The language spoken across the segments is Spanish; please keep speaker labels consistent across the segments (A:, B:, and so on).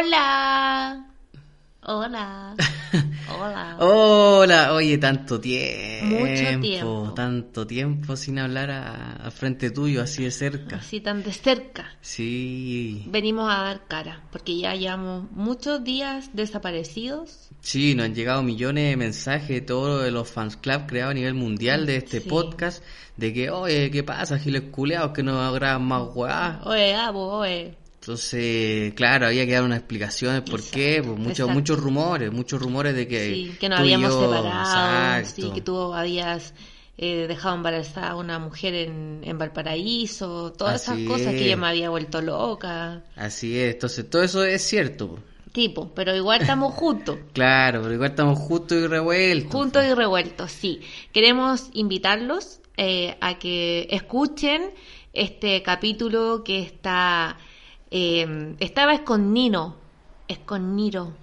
A: Hola. Hola. Hola.
B: Hola, oye, tanto tiempo.
A: Mucho tiempo.
B: Tanto tiempo sin hablar a- al frente tuyo, así de cerca.
A: Así tan de cerca.
B: Sí,
A: Venimos a dar cara, porque ya llevamos muchos días desaparecidos.
B: sí, nos han llegado millones de mensajes, todo de los fans club creados a nivel mundial de este
A: Sí.
B: podcast, de que, oye, ¿qué pasa, giles culeados, que no graban más weá?
A: Oe, abo, oe.
B: Entonces, claro, había que dar unas explicaciones por qué, pues, muchos,
A: exacto.
B: muchos rumores, muchos rumores de que...
A: Sí, que nos
B: tú y
A: habíamos
B: yo-
A: separado. Sí,
B: exacto.
A: que tú habías eh, dejado embarazada a una mujer en, en Valparaíso. Todas
B: Así
A: esas cosas que
B: es.
A: ella me había vuelto loca.
B: Así es, entonces todo eso es cierto. pues. po.
A: Tipo, pero igual estamos juntos.
B: Claro, pero igual estamos justos y revueltos.
A: Juntos y revueltos, sí. Queremos invitarlos eh, a que escuchen este capítulo que está. eh, estaba es con Nino. Es con Niro.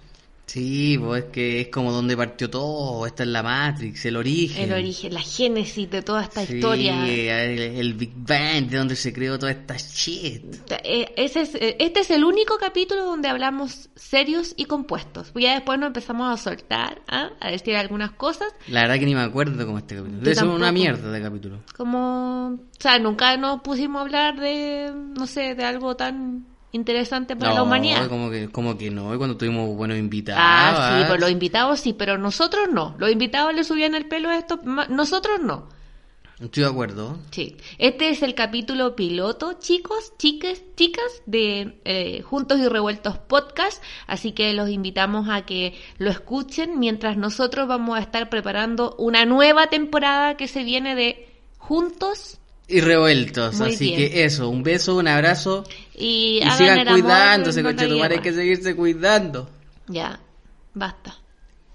B: Sí, pues es que es como donde partió todo. Esta es la Matrix, el origen.
A: El origen, la génesis de toda esta
B: Sí,
A: historia. Eh,
B: El, el Big Bang, de donde se creó toda esta shit.
A: Eh, ese es, eh, este es el único capítulo donde hablamos serios y compuestos. Ya después nos empezamos a soltar, ¿ah? a decir algunas cosas.
B: La verdad que ni me acuerdo cómo este capítulo.
A: Yo
B: Debe ser una
A: tampoco.
B: mierda de capítulo.
A: Como, o sea, nunca nos pusimos a hablar de, no sé, de algo tan interesante para la humanidad.
B: como que, como que no. y Cuando tuvimos buenos invitados.
A: Ah, sí, pues los invitados sí, pero nosotros no. Los invitados le subían el pelo a esto, ma- nosotros no.
B: Estoy de acuerdo.
A: Sí. Este es el capítulo piloto, chicos, chiques, chicas, de eh, Juntos y Revueltos Podcast. Así que los invitamos a que lo escuchen mientras nosotros vamos a estar preparando una nueva temporada que se viene de Juntos
B: Y revueltos.
A: Muy
B: así
A: bien.
B: que eso, un beso, un abrazo.
A: y,
B: Y,
A: hagan
B: sigan
A: el amor,
B: cuidándose,
A: no la
B: conchetumare,
A: vida
B: Hay que
A: más.
B: seguirse cuidando.
A: Ya, basta.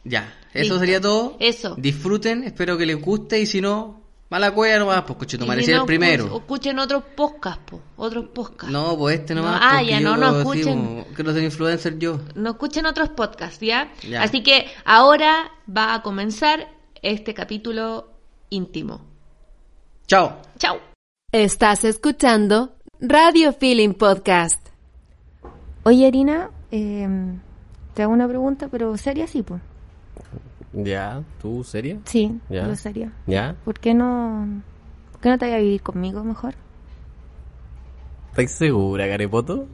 B: Ya, eso
A: Listo.
B: sería todo.
A: Eso.
B: Disfruten, espero que les guste y si no, mala cueva nomás, pues coche,
A: Y
B: tomaré
A: si
B: el
A: no, escu-
B: primero.
A: Escuchen otros podcasts, po, otros podcasts.
B: No, pues este
A: No,
B: nomás.
A: ah,
B: porque
A: ya,
B: yo,
A: no, no
B: sí,
A: escuchen.
B: pues, Quiero ser influencer yo.
A: No escuchen otros podcasts, ¿ya?
B: Ya.
A: Así que ahora va a comenzar este capítulo íntimo.
B: Chao.
A: ¡Chao!
C: Estás escuchando Radio Feeling Podcast.
D: Oye, Arina, eh, te hago una pregunta, pero seria sí, pues.
E: Ya, ¿tú seria?
D: Sí,
E: Ya.
D: pero seria.
E: Ya.
D: ¿Por qué no, por qué no te vayas a vivir conmigo mejor?
E: ¿Estás segura, Carepoto?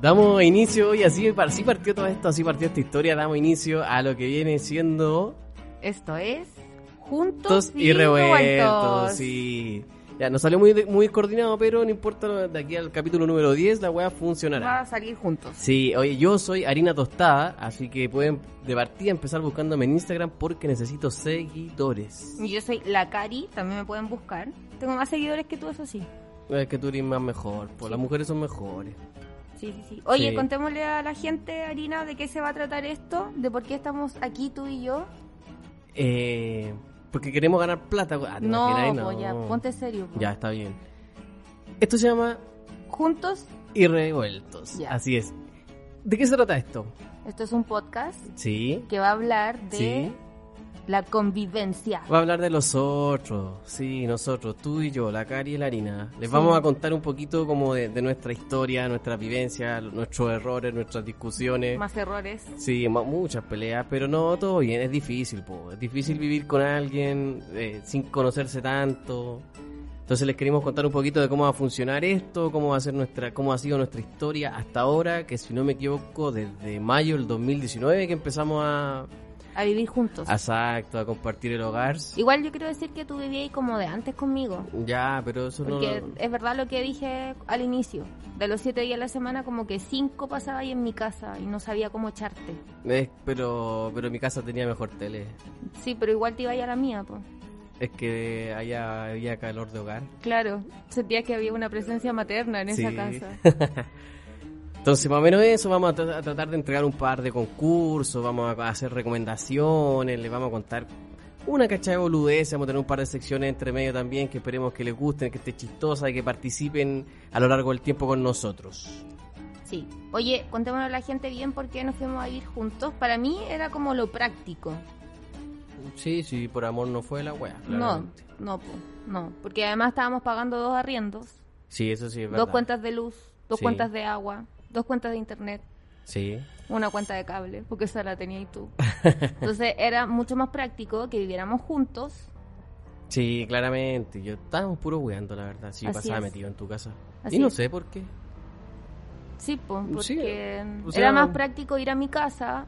E: Damos inicio y así, así partió todo esto, así partió esta historia. Damos inicio a lo que viene siendo
D: Esto es Juntos
E: Juntos y revueltos. Sí. Ya, nos salió muy, de- muy coordinado, pero no importa, de aquí al capítulo número 10 la weá funcionará.
D: a salir juntos.
E: Sí, oye, yo soy harina tostada, así que pueden de partida empezar buscándome en Instagram porque necesito seguidores.
D: Yo soy la Cari, también me pueden buscar. Tengo más seguidores que tú, eso sí.
E: Es que tú eres más mejor, pues las mujeres son mejores.
D: Sí, sí, sí. Oye,
E: Sí.
D: contémosle a la gente, Arina, de qué se va a tratar esto, de por qué estamos aquí tú y yo.
E: Eh, porque queremos ganar plata. Ah, ¿te
D: no,
E: imaginas?
D: po, ya, ponte serio. po.
E: Ya, está bien. Esto se llama
D: Juntos,
E: Y Revueltos.
D: Ya.
E: Así es. ¿De qué se trata esto?
D: esto es un podcast
E: Sí,
D: que va a hablar de
E: sí.
D: la convivencia.
E: Va a hablar de los otros, sí, nosotros, tú y yo, la Cari y la Harina. Les
D: Sí.
E: vamos a contar un poquito como de, de nuestra historia, nuestra vivencia, lo- nuestros errores, nuestras discusiones.
D: Más errores.
E: Sí, ma- muchas peleas, pero no, todo bien, es difícil, po. es difícil vivir con alguien eh, sin conocerse tanto. Entonces les queremos contar un poquito de cómo va a funcionar esto, cómo va a ser nuestra, cómo ha sido nuestra historia hasta ahora, que si no me equivoco, desde mayo del 2019 que empezamos a,
D: A vivir juntos.
E: a, exacto, a compartir el hogar.
D: Igual yo quiero decir que tú vivías como de antes conmigo.
E: Ya, pero eso no...
D: Porque es verdad lo que dije al inicio. De los siete días a la semana, como que cinco pasaba ahí en mi casa y no sabía cómo echarte.
E: Es- pero, pero mi casa tenía mejor tele.
D: Sí, pero igual te iba a ir a la mía, pues.
E: Es que allá había calor de hogar.
D: Claro, sentía que había una presencia materna en esa
E: Sí.
D: casa.
E: Entonces, más o menos eso, vamos a, tra- a tratar de entregar un par de concursos, vamos a hacer recomendaciones, les vamos a contar una cacha de boludeces, vamos a tener un par de secciones entre medio también que esperemos que les gusten, que esté chistosa y que participen a lo largo del tiempo con nosotros.
D: Sí. Oye, contémonos a la gente bien por qué nos fuimos a vivir juntos. Para mí era como lo práctico.
E: Sí, sí, por amor no fue la wea.
D: No,
E: claramente.
D: no, po, no. Porque además estábamos pagando dos arriendos,
E: Sí, eso sí es verdad.
D: dos cuentas de luz, dos
E: Sí.
D: cuentas de agua, dos cuentas de internet,
E: Sí.
D: una cuenta de cable, porque esa la tenía y tú. Entonces era mucho más práctico que viviéramos juntos.
E: Sí, claramente. Yo estábamos puro weando, la verdad. Sí,
D: Así
E: pasaba
D: es.
E: metido en tu casa.
D: Así
E: y no
D: es.
E: sé por qué.
D: Sí, po,
E: Sí,
D: porque
E: o sea-
D: era más práctico ir a mi casa.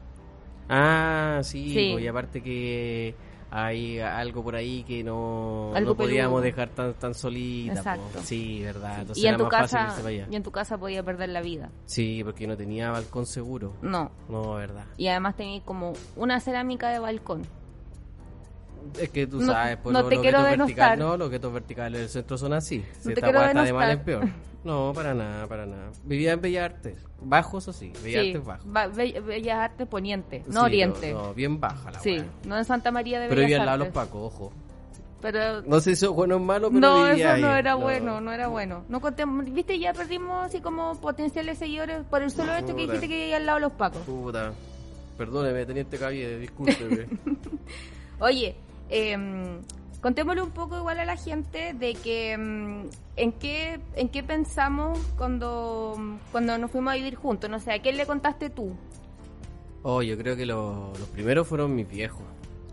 E: Ah, sí,
D: Sí.
E: po, y aparte que hay algo por ahí que no,
D: Algo
E: no podíamos
D: peludo.
E: dejar tan tan solita. po.
D: Exacto.
E: Sí, verdad. Ah, Entonces
D: y
E: era
D: en tu
E: más
D: casa
E: fácil irse para
D: y
E: allá.
D: en tu casa podía perder la vida.
E: Sí, porque no tenía balcón seguro.
D: No.
E: No, verdad.
D: Y además tenía como una cerámica de balcón.
E: Es que tú
D: No-
E: sabes, pues,
D: no
E: lo-
D: te
E: los
D: quiero
E: guetos
D: denostar.
E: verticales, no, los guetos verticales del centro son así. Si
D: te
E: esta
D: quiero
E: weá está de mal
D: denostar.
E: en peor. No, para nada, para nada. Vivía en Bellas Artes. Bajo, eso sí. Bellas
D: Sí,
E: Artes bajo.
D: ba- Be- Bellas Artes Poniente,
E: Sí,
D: no Oriente.
E: No, bien baja la
D: sí,
E: weá.
D: no en Santa María de
E: Pero
D: Bellas
E: vivía al lado de los
D: Artes.
E: pacos, ojo.
D: Pero
E: No sé si eso es bueno o malo, pero
D: no,
E: vivía
D: eso no
E: ahí.
D: era bueno, no era bueno. No contem- viste, ya perdimos así como potenciales seguidores por el solo hecho que
E: Puta.
D: dijiste que vivía al lado de los pacos.
E: Puta. Perdóneme, teniente Cavie, discúlpeme.
D: Oye, eh, contémosle un poco igual a la gente de que mm, en qué en qué pensamos cuando cuando nos fuimos a vivir juntos, no sé, ¿a quién le contaste tú?
E: oh, yo creo que lo- los primeros fueron mis viejos.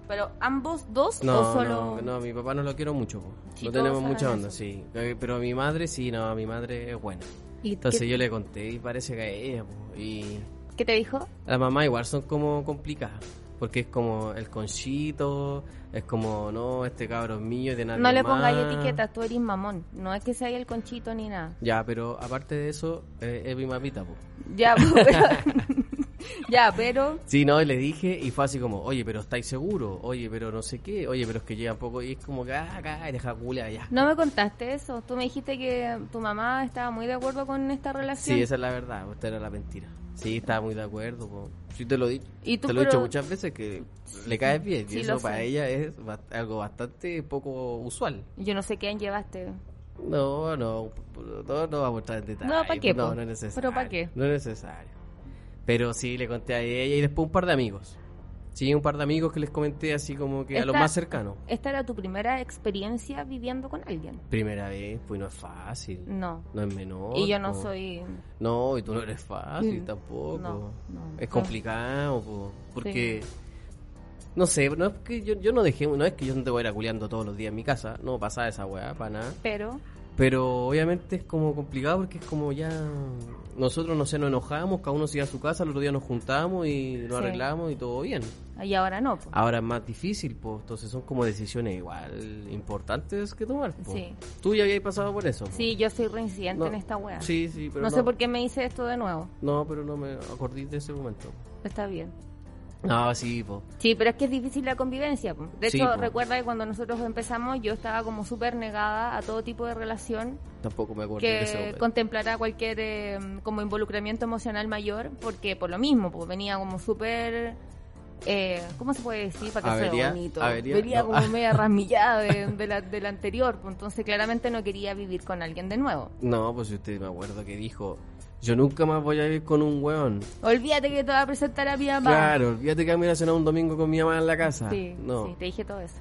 D: Pero ambos dos
E: No,
D: o solo
E: no, no, mi papá no lo quiero mucho. po.
D: Sí,
E: no
D: todos
E: tenemos
D: saben
E: mucha onda,
D: eso.
E: sí. Eh, Pero mi madre sí, no, mi madre es buena.
D: ¿Y
E: Entonces
D: qué,
E: yo le conté y parece que a ella, po. Y
D: qué te dijo?
E: las mamás igual son como complicadas. Porque es como el conchito, es como, no, este cabro es mío y de nada
D: No le pongáis etiquetas, tú eres mamón. No es que sea el conchito ni nada.
E: Ya, pero aparte de eso, eh, es mi mamita, po.
D: Ya, pero... ya, pero...
E: Sí, no, y le dije y fue así como, oye, pero estáis seguros, oye, pero no sé qué, oye, pero es que llega poco y es como, que, ah, acá, deja culia ya.
D: No me contaste eso. Tú me dijiste que tu mamá estaba muy de acuerdo con esta relación.
E: Sí, esa es la verdad, esta era la mentira. Sí, estaba muy de acuerdo, po. Sí, te lo, di
D: Y tú,
E: te lo he
D: pero-
E: dicho muchas veces que le caes bien
D: Sí,
E: y
D: lo
E: eso para
D: sé.
E: ella es ba- algo bastante poco usual.
D: Yo no sé qué año llevaste.
E: No, no, no, no vamos a entrar en detalle.
D: No, ¿pa' qué,
E: No,
D: po?
E: no es necesario.
D: Pero ¿pa' qué?
E: No es necesario. Pero sí, le conté a ella y después un par de amigos. Sí, un par de amigos que les comenté así como que a los
D: Esta-
E: más cercanos.
D: ¿Esta era tu primera experiencia viviendo con alguien?
E: Primera vez, pues no es fácil.
D: No.
E: No es menor.
D: y yo no
E: po.
D: soy...
E: No, y tú no eres fácil
D: Mm,
E: tampoco.
D: no, no,
E: es
D: no.
E: complicado, po, porque. No sé, no es que yo, yo no dejé, no es que yo no te voy a ir aculeando todos los días en mi casa, no pasaba esa weá, para nada.
D: Pero...
E: Pero obviamente es como complicado porque es como ya. Nosotros, no sé, nos enojábamos, cada uno se iba a su casa, el otro día nos juntábamos y nos
D: Sí.
E: arreglamos y todo bien.
D: Y ahora no. po.
E: Ahora es más difícil, pues, entonces son como decisiones igual importantes que tomar. po.
D: Sí.
E: Tú ya habías pasado por eso. po.
D: Sí, yo soy reincidente
E: No.
D: en esta wea.
E: Sí, sí, pero
D: no, sé por qué me hice esto de nuevo.
E: No, pero no me acordé de ese momento.
D: Está bien.
E: No, sí, po.
D: Sí, pero es que es difícil la convivencia. po. De
E: Sí,
D: hecho,
E: po.
D: recuerda que cuando nosotros empezamos yo estaba como súper negada a todo tipo de relación
E: Tampoco me acordé de ese
D: que
E: momento.
D: contemplara cualquier eh, como involucramiento emocional mayor, porque por lo mismo, pues venía como súper... eh, ¿Cómo se puede decir para que
E: Avería,
D: sea bonito?
E: avería,
D: venía
E: no.
D: como media rasmillada de, de la, del anterior, pues, entonces claramente no quería vivir con alguien de nuevo.
E: No, pues usted me acuerdo que dijo: Yo nunca más voy a ir con un weón.
D: Olvídate que te voy a presentar a mi mamá.
E: Claro, fíjate que a mí me la cenar un domingo con mi mamá en la casa.
D: Sí,
E: no.
D: sí, te dije todo eso.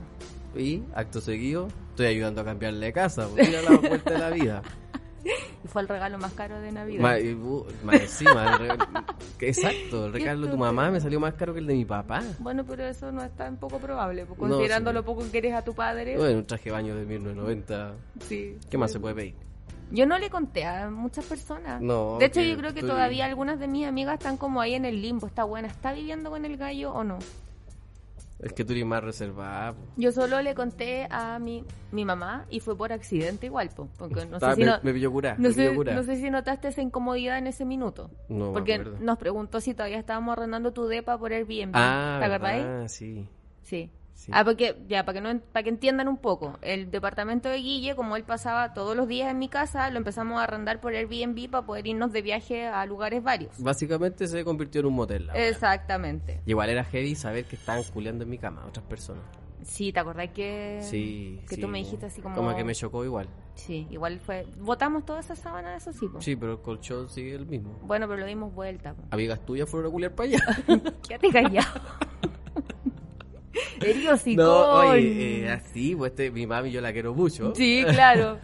E: Y acto seguido, estoy ayudando a cambiarle de casa. pues, Mira la vuelta de la vida.
D: Y fue el regalo más caro de Navidad.
E: Ma- y bu- Más encima, el re- exacto, el
D: Qué
E: regalo de tu
D: estúpido.
E: mamá me salió más caro que el de mi papá.
D: Bueno, pero eso no es tan poco probable, pues,
E: No,
D: considerando
E: sí.
D: lo poco que eres a tu padre.
E: Bueno, un traje de baño de 1990.
D: sí.
E: ¿Qué más se puede pedir?
D: Yo no le conté a muchas personas.
E: No,
D: de hecho,
E: que
D: yo creo que
E: tú-
D: todavía algunas de mis amigas están como ahí en el limbo. ¿Está buena? ¿Está viviendo con el gallo o no?
E: Es que tú eres más reservada. po.
D: Yo solo le conté a mi, mi mamá y fue por accidente igual, po, porque no
E: Estaba-
D: sé si
E: Ah, me,
D: no...
E: me pilló curada.
D: no
E: me
D: sé,
E: pilló curada.
D: no sé si notaste esa incomodidad en ese minuto.
E: No me
D: porque
E: acuerdo.
D: nos preguntó si todavía estábamos arrendando tu depa por Airbnb.
E: Ah,
D: ¿Te acordáis?
E: verdad, sí.
D: Sí.
E: Sí.
D: Ah, porque, ya, para que, no, para que entiendan un poco, el departamento de Guille, como él pasaba todos los días en mi casa, lo empezamos a arrendar por Airbnb para poder irnos de viaje a lugares varios.
E: Básicamente se convirtió en un motel. la weá.
D: Exactamente.
E: Y Igual era heavy saber que estaban culeando en mi cama otras personas.
D: Sí, ¿te acordás que,
E: Sí.
D: Eh, que
E: sí,
D: tú me
E: po.
D: dijiste así como...
E: Como que me chocó igual.
D: Sí, igual fue... Votamos toda esa sábana, eso sí, po?
E: Sí, pero el colchón sigue el mismo.
D: Bueno, pero lo dimos vuelta. po.
E: Amigas tuyas fueron a culear para allá.
D: Quédate callado. Herido psicón.
E: No, oye, eh, así, pues este, mi mami yo la quiero mucho.
D: Sí, claro.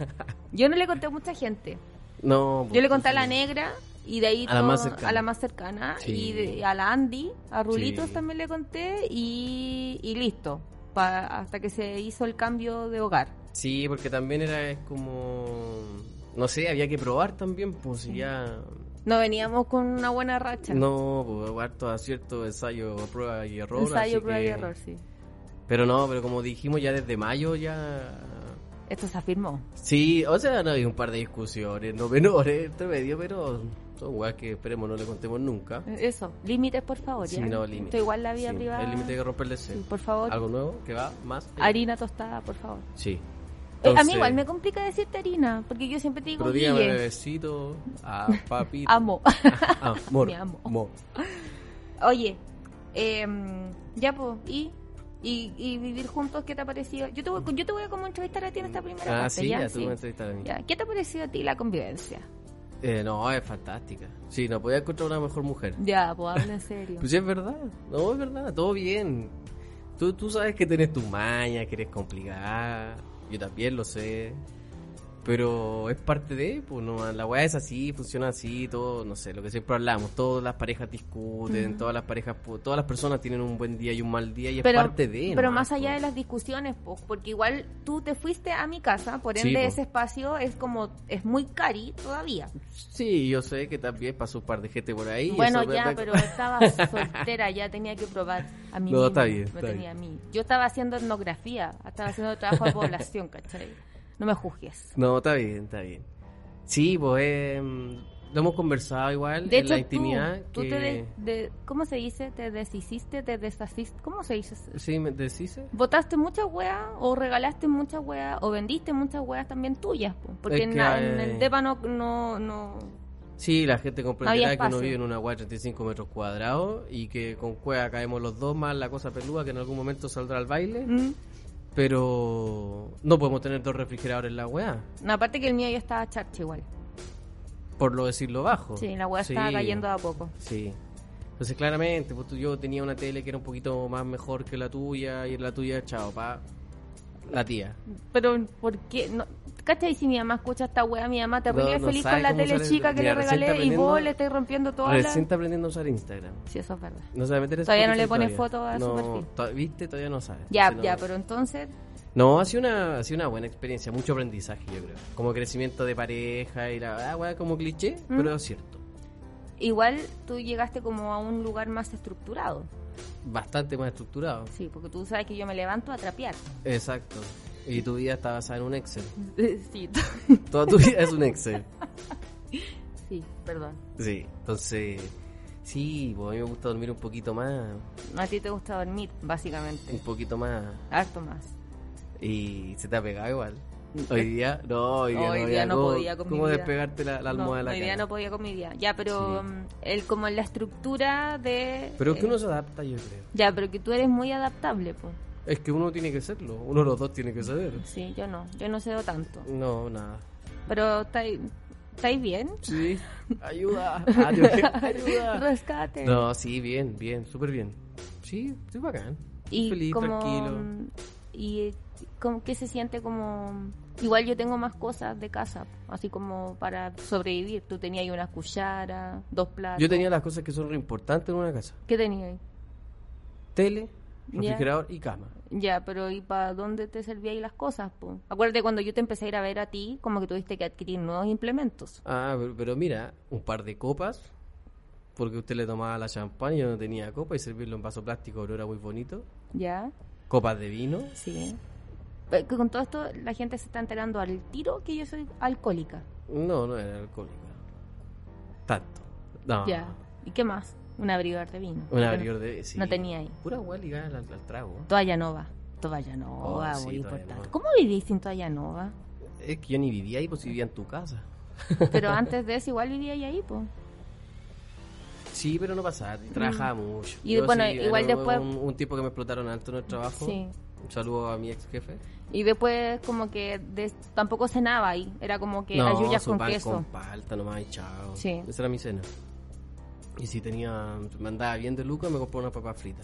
D: Yo no le conté a mucha gente.
E: No,
D: Yo le conté a
E: pues,
D: la
E: sí.
D: negra y de ahí
E: A la
D: todo-
E: más cercana.
D: a la más cercana
E: Sí.
D: y de- a la Andy, a Rulitos
E: Sí.
D: también le conté y, y listo, pa- hasta que se hizo el cambio de hogar.
E: Sí, porque también era es como... No sé, había que probar también, pues si ya...
D: No veníamos con una buena racha.
E: No, pues harto acierto, ensayo, prueba y error. así
D: Ensayo, prueba y
E: que-
D: error, sí.
E: Pero no, pero como dijimos ya desde mayo ya...
D: Esto se afirmó.
E: Sí, o sea, no hay un par de discusiones, no menores, entre medio, pero son weas que esperemos no le contemos nunca.
D: Eso, límites, por favor.
E: Sí,
D: ¿ya?
E: no, límites.
D: Esto igual la vida
E: Sí,
D: privada.
E: El límite que romperle sí.
D: Sí, por favor,
E: Algo nuevo que va más. allá.
D: harina tostada, por favor.
E: Sí.
D: Eh, a mí
E: Entonces,
D: igual me complica decirte harina, porque yo siempre te digo
E: Pero dígame,
D: Guille.
E: bebecito, a papi.
D: Amo.
E: Amor.
D: Me amo.
E: mo.
D: Oye, em, ya pues, ¿y? ¿Y, y vivir juntos, ¿qué te ha parecido? Yo te voy, yo te voy a como entrevistar a ti en esta primera
E: Ah,
D: parte,
E: sí,
D: ¿ya?
E: ya tú
D: Sí.
E: me entrevistaste a mí.
D: Ya, ¿Qué te ha parecido a ti la convivencia?
E: Eh, no, es fantástica. Sí, no podía encontrar una mejor mujer.
D: Ya, pues habla en serio.
E: Pues sí, es verdad, no, es verdad, todo bien. Tú, tú sabes que tenés tus mañas, que eres complicada, yo también lo sé. Pero es parte de, pues no, la weá es así, funciona así, todo, no sé, lo que siempre hablamos, todas las parejas discuten, todas las parejas, pu- todas las personas tienen un buen día y un mal día y es parte de.
D: pero
E: nomás,
D: más allá
E: po.
D: de las discusiones, pues, porque igual tú te fuiste a mi casa, por
E: Sí,
D: ende
E: po.
D: ese espacio es como, es muy cari todavía.
E: Sí, yo sé que también pasó un par de gente por ahí. y
D: bueno,
E: eso me-
D: ya,
E: me-
D: pero estaba soltera, ya tenía que probar a mí
E: No,
D: misma,
E: está bien,
D: me
E: está
D: tenía
E: bien.
D: a mí. Yo estaba haciendo etnografía, estaba haciendo trabajo de población, ¿cachai? No me juzgues.
E: No, está bien, está bien. Sí, pues eh, lo hemos conversado igual
D: De
E: en
D: hecho,
E: la intimidad.
D: tú, tú
E: que...
D: te de- de- ¿cómo se dice? ¿Te deshiciste? ¿Te deshaciste? ¿Cómo se dice?
E: Sí, me ¿eh? deshice.
D: ¿Votaste muchas weas o regalaste muchas weas o vendiste muchas weas también tuyas? po? Porque
E: Es
D: en,
E: que
D: la- en
E: hay-
D: el DEPA no... no, no-
E: Sí, la gente
D: Había
E: comprenderá que
D: espacio.
E: uno vive en una guay de 35 metros cuadrados y que con cueva caemos los dos más la cosa pelúa que en algún momento saldrá al baile,
D: Mm.
E: pero no podemos tener dos refrigeradores en la weá,
D: Aparte que el mío ya estaba charcha igual.
E: por lo decirlo bajo.
D: Sí, la wea
E: Oh. Sí,
D: estaba cayendo de a poco.
E: Sí. Entonces claramente, pues tú- yo tenía una tele que era un poquito más mejor que la tuya y la tuya, chao, pa. La tía.
D: Pero, ¿por qué? No, ¿Cachai? Si mi mamá escucha esta wea, mi mamá te
E: No,
D: ríe
E: no
D: feliz
E: sabe
D: con la
E: cómo
D: tele
E: sale-
D: chica que
E: mira,
D: le
E: recién está
D: regalé y
E: aprendiendo-
D: vos le estáis rompiendo toda la...
E: Recién está aprendiendo a usar Instagram.
D: Sí, eso es verdad.
E: No sabe meter en
D: Todavía no
E: Spotify
D: le pone
E: todavía.
D: foto a su
E: No,
D: perfil.
E: to- ¿Viste? Todavía no sabe.
D: Ya,
E: Entonces, no-
D: ya, pero entonces...
E: No, ha sido, una, ha sido una buena experiencia, mucho aprendizaje, yo creo. Como crecimiento de pareja y la ah, weá, como cliché,
D: ¿Mm?
E: pero es cierto.
D: Igual tú llegaste como a un lugar más estructurado.
E: Bastante más estructurado.
D: Sí, porque tú sabes que yo me levanto a trapear.
E: Exacto. Y tu vida está basada en un Excel.
D: Sí,
E: Toda tu vida es un Excel.
D: sí, perdón.
E: Sí. Entonces, sí, pues a mí me gusta dormir un poquito más.
D: A ti te gusta dormir,
E: Un
D: básicamente.
E: poquito más.
D: Harto más.
E: Y se te ha pegado igual. Hoy día, no, hoy día
D: Hoy
E: no,
D: día
E: ya
D: no
E: cómo-
D: podía con mi
E: cómo
D: vida.
E: despegarte la, la almohada de
D: no,
E: la
D: hoy día
E: cama.
D: no podía con mi día. Ya, pero
E: Sí.
D: mm, el, como en la estructura de...
E: Pero es que
D: eh,
E: uno se adapta, yo creo.
D: Ya, pero que tú eres muy adaptable, pues.
E: Es que uno tiene que serlo, uno de los dos tiene que ceder.
D: Sí, yo no. Yo no cedo tanto.
E: No, nada.
D: Pero estáis estáis bien.
E: Sí, ayuda, ayuda.
D: Rescate.
E: No, sí, bien, bien, súper bien. Sí, estoy bacán.
D: y
E: Feliz,
D: como,
E: tranquilo.
D: y eh, como que se siente como igual yo tengo más cosas de casa así como para sobrevivir tú tenías ahí una cuchara dos platos
E: Yo tenía las cosas que son lo importante en una casa.
D: qué tenías ahí?
E: Tele,
D: Ya.
E: refrigerador y cama.
D: ya pero y para dónde te servían las cosas po? acuérdate cuando yo te empecé a ir a ver a ti como que tuviste que adquirir nuevos implementos
E: Ah, pero, pero mira, un par de copas, porque usted le tomaba la champaña, yo no tenía copa y servirlo en vaso plástico no era muy bonito.
D: ya
E: Copas de vino.
D: sí Pero que con todo esto la gente se está enterando al tiro que yo soy alcohólica
E: No, no era alcohólica. Tanto. No.
D: ya y qué más un abridor de vino
E: Ah. Un abridor de... sí.
D: no tenía ahí
E: Pura hueá ligada al, al trago.
D: Toalla nova. Toalla nova,
E: Oh, sí,
D: muy
E: toalla
D: importante.
E: nova.
D: ¿Cómo vivís sin toalla nova?
E: Es que yo ni vivía ahí, pues vivía en tu casa.
D: Pero antes de eso igual vivía ahí, pues.
E: Sí, pero no pasaba, trabajaba mucho.
D: Mm. Y bueno,
E: era
D: igual después-
E: Un, un tipo que me explotaron alto en el trabajo.
D: Sí.
E: Un saludo a mi ex jefe.
D: Y después como que de- tampoco cenaba ahí. Era como que las
E: no,
D: yuyas
E: su
D: con
E: pan
D: queso.
E: con palta nomás y chao.
D: Sí.
E: Esa era mi cena. Y si tenía, me andaba bien de lucas, me compró una papa frita.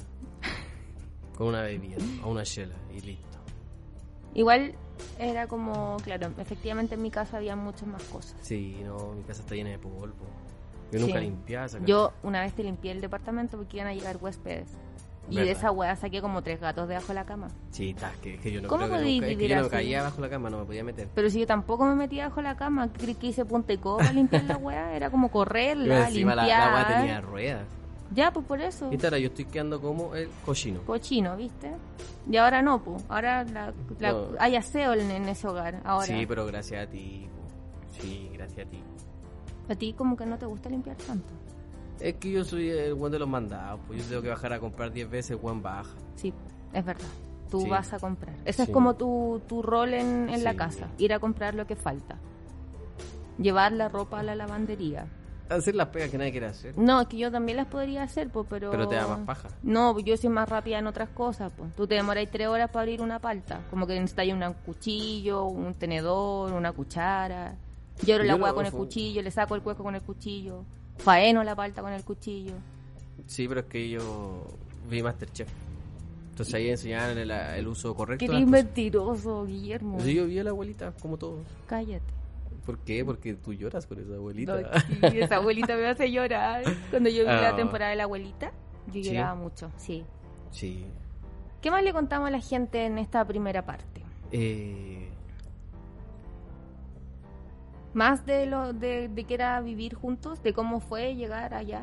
E: con una bebida, a una chela y listo.
D: Igual era como, claro, efectivamente en mi casa había muchas más cosas.
E: Sí, no, mi casa está llena de polvo. Yo nunca
D: Sí.
E: limpiaba esa casa.
D: Yo una vez te limpié el departamento porque iban a llegar huéspedes. Y de
E: ¿Verdad?
D: esa hueá saqué como tres gatos debajo de la cama.
E: Sí, ta, es que, es que yo no
D: ¿Cómo
E: creo que
D: podí
E: nunca- es que
D: vivir
E: yo no
D: así?
E: caía bajo la cama, no me podía meter.
D: Pero si yo tampoco me metía bajo la cama, creí que hice punta y coba limpiar la hueá, era como
E: Y
D: correrla,
E: encima la, la agua
D: limpiar.
E: tenía ruedas.
D: Ya, pues por eso.
E: Y tara, yo estoy quedando como el cochino.
D: Cochino, ¿viste? Y ahora no, pues. Ahora la, la-
E: No.
D: hay aseo en, en ese hogar. Ahora.
E: Sí, pero gracias a ti. po. Sí, gracias a ti.
D: A ti como que no te gusta limpiar tanto.
E: Es que yo soy el buen de los mandados, pues yo tengo que bajar a comprar 10 veces, el buen baja.
D: Sí, es verdad. Tú
E: Sí.
D: vas a comprar. Ese
E: Sí.
D: es como tu, tu rol en, en la
E: Sí.
D: casa. Ir a comprar lo que falta. Llevar la ropa a la lavandería.
E: Hacer las pegas que nadie quiere hacer.
D: No, es que yo también las podría hacer, pues, pero...
E: Pero te da más paja.
D: No, pues, yo soy más rápida en otras cosas, pues. Tú te demoráis tres horas para abrir una palta. Como que necesitáis un cuchillo, un tenedor, una cuchara. Lloro la
E: Yo lo-
D: hueá con el cuchillo, le saco el cueco con el cuchillo. Faeno la palta con el cuchillo.
E: Sí, pero es que yo vi Masterchef. Entonces ahí enseñaban el, el uso correcto.
D: Qué
E: de las cosas.
D: mentiroso, Guillermo.
E: Entonces yo vi a la abuelita, como todos.
D: Cállate.
E: ¿Por qué? Porque tú lloras con esa abuelita.
D: No, sí, esa abuelita me hace llorar. Cuando yo vi
E: Ah.
D: la temporada de la abuelita, yo
E: Sí.
D: lloraba mucho, sí.
E: Sí.
D: ¿Qué más le contamos a la gente en esta primera parte?
E: Eh,
D: Más de lo de, de que era vivir juntos, de cómo fue llegar allá.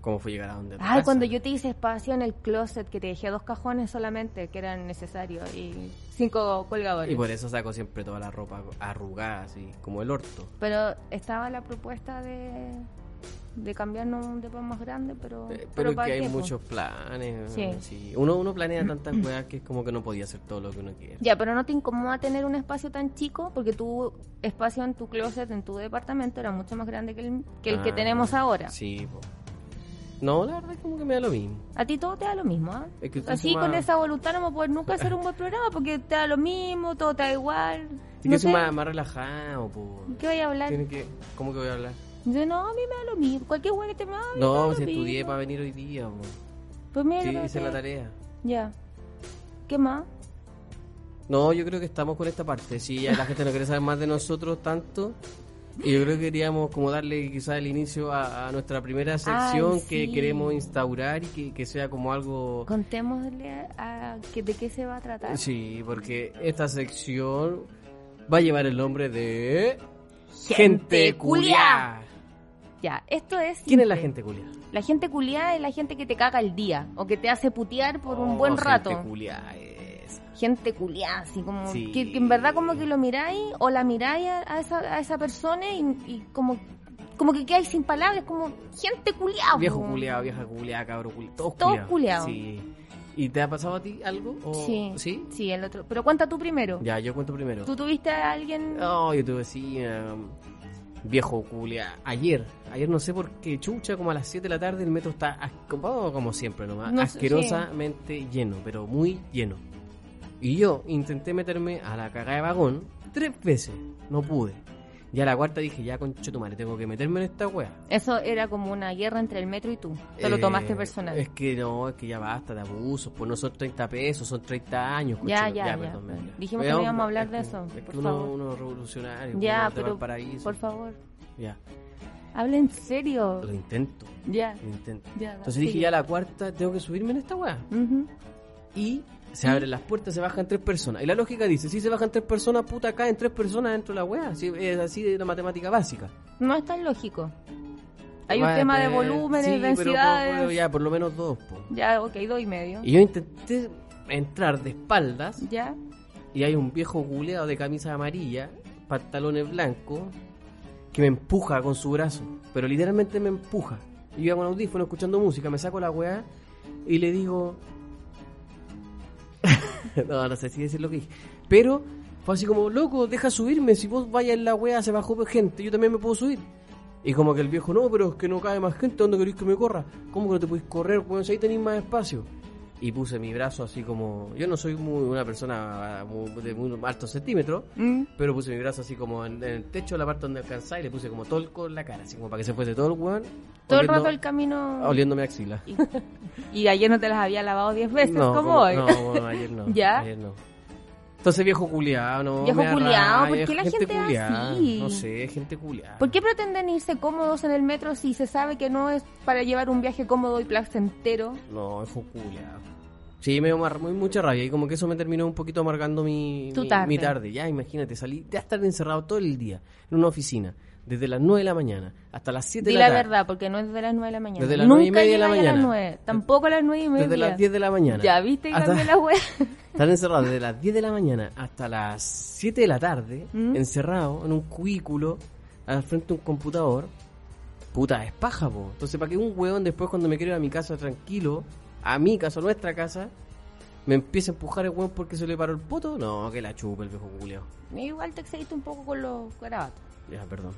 E: ¿Cómo fue llegar a donde? a tu
D: Ay,
E: casa?
D: cuando yo te hice espacio en el closet, que te dejé dos cajones solamente, que eran necesarios, y cinco colgadores.
E: Y por eso saco siempre toda la ropa arrugada, así, como el orto.
D: Pero estaba la propuesta de, de cambiarnos un depa más grande, pero...
E: Eh,
D: pero
E: Pero es
D: ¿para
E: que hay
D: qué, po?
E: muchos planes.
D: Sí.
E: sí. Uno, uno planea tantas cosas que es como que no podía hacer todo lo que uno quiere.
D: Ya, pero no te incomoda tener un espacio tan chico porque tu espacio en tu closet, en tu departamento, era mucho más grande que el que, el que
E: Ah,
D: tenemos ahora.
E: Sí, po. No, la verdad es como que me da lo mismo.
D: A ti todo te da lo mismo, ¿ah?
E: Es que tú
D: Así
E: encima-
D: con esa voluntad no vamos a poder nunca hacer un buen programa porque te da lo mismo, todo te da igual.
E: Y
D: no
E: que soy
D: sé,
E: más, más relajado, po.
D: ¿Qué voy a hablar?
E: Tiene que... ¿Cómo que voy a hablar?
D: Yo, no, a mí me da lo mismo. Cualquier hueá que te me da, a mí me da
E: No,
D: lo
E: si estudié
D: mismo.
E: para venir hoy día, po.
D: Pues mira,
E: Sí,
D: lo que
E: hice
D: te-
E: la tarea.
D: Ya. ¿Qué más?
E: No, yo creo que estamos con esta parte. Si ya la gente no quiere saber más de nosotros tanto. Y yo creo que queríamos como darle quizás el inicio a, a nuestra primera sección que
D: sí.
E: queremos instaurar y que, que sea como algo...
D: Contémosle a, que, de qué se va a tratar.
E: Sí, porque esta sección va a llevar el nombre de...
D: Gente
E: culiá.
D: Ya, esto es...
E: ¿Quién es la
D: simple.
E: gente culia?
D: La gente culiada es la gente que te caga el día o que te hace putear por un buen rato.
E: Oh, Gente culia es...
D: gente culiada, así como
E: Sí.
D: que, que en verdad como que lo miráis o la miráis a, a esa, a esa persona y, y como como que quedáis sin palabras, como gente culiada.
E: Viejo
D: po.
E: culiado, vieja culiada, cabro culiado. Todos,
D: Todos culiados.
E: culiados. Sí. ¿Y te ha pasado a ti algo? o-
D: Sí.
E: ¿Sí?
D: Sí, el otro. Pero cuenta tú primero.
E: Ya, yo cuento primero.
D: ¿Tú tuviste a alguien?
E: No, Oh, yo tuve sí. um, viejo culia. Ayer, ayer no sé por qué, chucha, como a las 7 de la tarde el metro está as- como, oh, como siempre nomás,
D: No sé,
E: asquerosamente lleno, pero muy lleno. Y yo intenté meterme a la cagada de vagón tres veces, no pude. Y a la cuarta dije, ya concho tu madre, tengo que meterme en esta wea.
D: Eso era como una guerra entre el metro y tú. Te lo
E: Eh,
D: tomaste personal.
E: Es que no, es que ya basta de abusos, pues no son 30 pesos, son 30 años.
D: Ya,
E: conchetum-
D: ya, ya.
E: me-
D: Dijimos que no íbamos a hablar de eso,
E: Es que
D: por
E: uno,
D: favor.
E: uno es revolucionario, uno
D: ya,
E: es de
D: pero
E: Valparaíso.
D: por favor,
E: Ya,
D: habla en serio.
E: lo intento,
D: Ya.
E: lo intento.
D: Ya.
E: Entonces
D: sigue.
E: dije, ya la cuarta, tengo que subirme en esta weá.
D: Ujú.
E: Y se abren las puertas, se bajan tres personas. Y la lógica dice, si se bajan tres personas, puta, caen tres personas dentro de la weá. Sí, es así de la matemática básica.
D: No es tan lógico. Hay un
E: Bueno,
D: tema de
E: pues,
D: volúmenes,
E: sí, pero por-
D: densidades.
E: bueno, ya, por lo menos dos, po.
D: ya, ok, dos y medio.
E: Y yo intenté entrar de espaldas
D: Ya.
E: y hay un viejo culeado de camisa amarilla, pantalones blancos, que me empuja con su brazo, pero literalmente me empuja. Y yo iba con audífono escuchando música, me saco la weá y le digo... no, no sé si decir lo que dije. Pero fue así como, loco, deja subirme, si vos vayas en la weá se bajó gente, yo también me puedo subir. Y como que el viejo, no, pero es que no cae más gente, ¿dónde queréis que me corra? ¿Cómo que no te podéis correr, weón? Si ahí tenéis más espacio. y puse mi brazo así como. Yo no soy muy, una persona muy- de muy altos centímetros,
D: Mm.
E: pero puse mi brazo así como en, en el techo, la parte donde alcanzaba, y le puse como tolco en la cara, así como para que se fuese todo el weón.
D: Todo el
E: oliendo-
D: rato el camino.
E: Oliéndome axila.
D: Y ayer no te las había lavado 10 veces este como hoy.
E: No, bueno, ayer no.
D: ¿Ya?
E: Ayer no. Entonces viejo culiado, no.
D: Viejo
E: me da
D: culiao, ¿por
E: rabia,
D: qué la gente es
E: culiá,
D: así?
E: No sé, gente culiada.
D: ¿Por qué pretenden irse cómodos en el metro si se sabe que no es para llevar un viaje cómodo y placentero?
E: No, viejo culiado. Sí, me dio mar- muy, mucha rabia y como que eso me terminó un poquito amargando mi
D: Tu
E: mi-
D: tarde.
E: mi tarde. Ya, imagínate, salí de estar encerrado todo el día en una oficina, desde las 9 de la mañana hasta las 7
D: Di
E: de
D: la
E: la tarde.
D: verdad, porque no es de las 9 de la mañana.
E: Desde las
D: Nunca
E: nueve y media de la
D: llegáis a las
E: mañana.
D: nueve, tampoco a las 9 y media.
E: Desde las 10 de la mañana.
D: Ya viste que
E: Hasta-
D: cambió la web.
E: Estar encerrado desde las 10 de la mañana hasta las 7 de la tarde,
D: ¿Mm?
E: encerrado en un cubículo, al frente de un computador. Puta, es paja, po. Entonces, ¿para qué un hueón después cuando me quiero ir a mi casa tranquilo, a mi casa, a nuestra casa, me empieza a empujar el hueón porque se le paró el poto? No, que la chupa el viejo culiao.
D: Igual te excediste un poco con los garabatos.
E: Ya, perdón.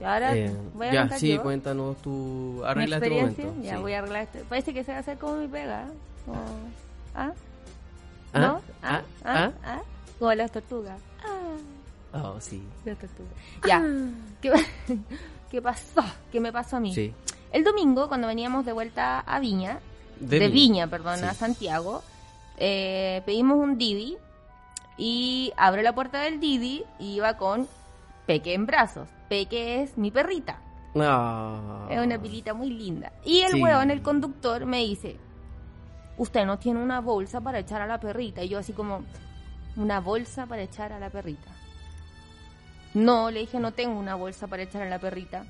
D: Y ahora
E: Eh,
D: voy a
E: ya,
D: contar
E: sí,
D: yo
E: cuéntanos tu...
D: mi
E: Arregla este
D: experiencia.
E: momento.
D: Ya
E: sí.
D: voy a arreglar esto. Parece que se va a hacer como mi pega. ¿eh? Como- ¿Ah?
E: ¿Ah?
D: ¿No?
E: ¿Ah?
D: ¿Ah? ¿Ah? Como las tortugas. Ah.
E: Oh, sí.
D: Las tortugas. Ya.
E: Ah.
D: ¿Qué, pa- qué pasó? ¿Qué me pasó a mí?
E: Sí.
D: El domingo, cuando veníamos de vuelta a Viña, de, Viña, perdón,
E: Sí.
D: a Santiago, eh, pedimos un Didi y abro la puerta del Didi y iba con Peque en brazos. Peque es mi perrita.
E: Ah.
D: Es una pilita muy linda. Y el
E: Sí.
D: huevón, el conductor, me dice, usted no tiene una bolsa para echar a la perrita. Y yo así como, una bolsa para echar a la perrita. No, le dije, no tengo una bolsa para echar a la perrita.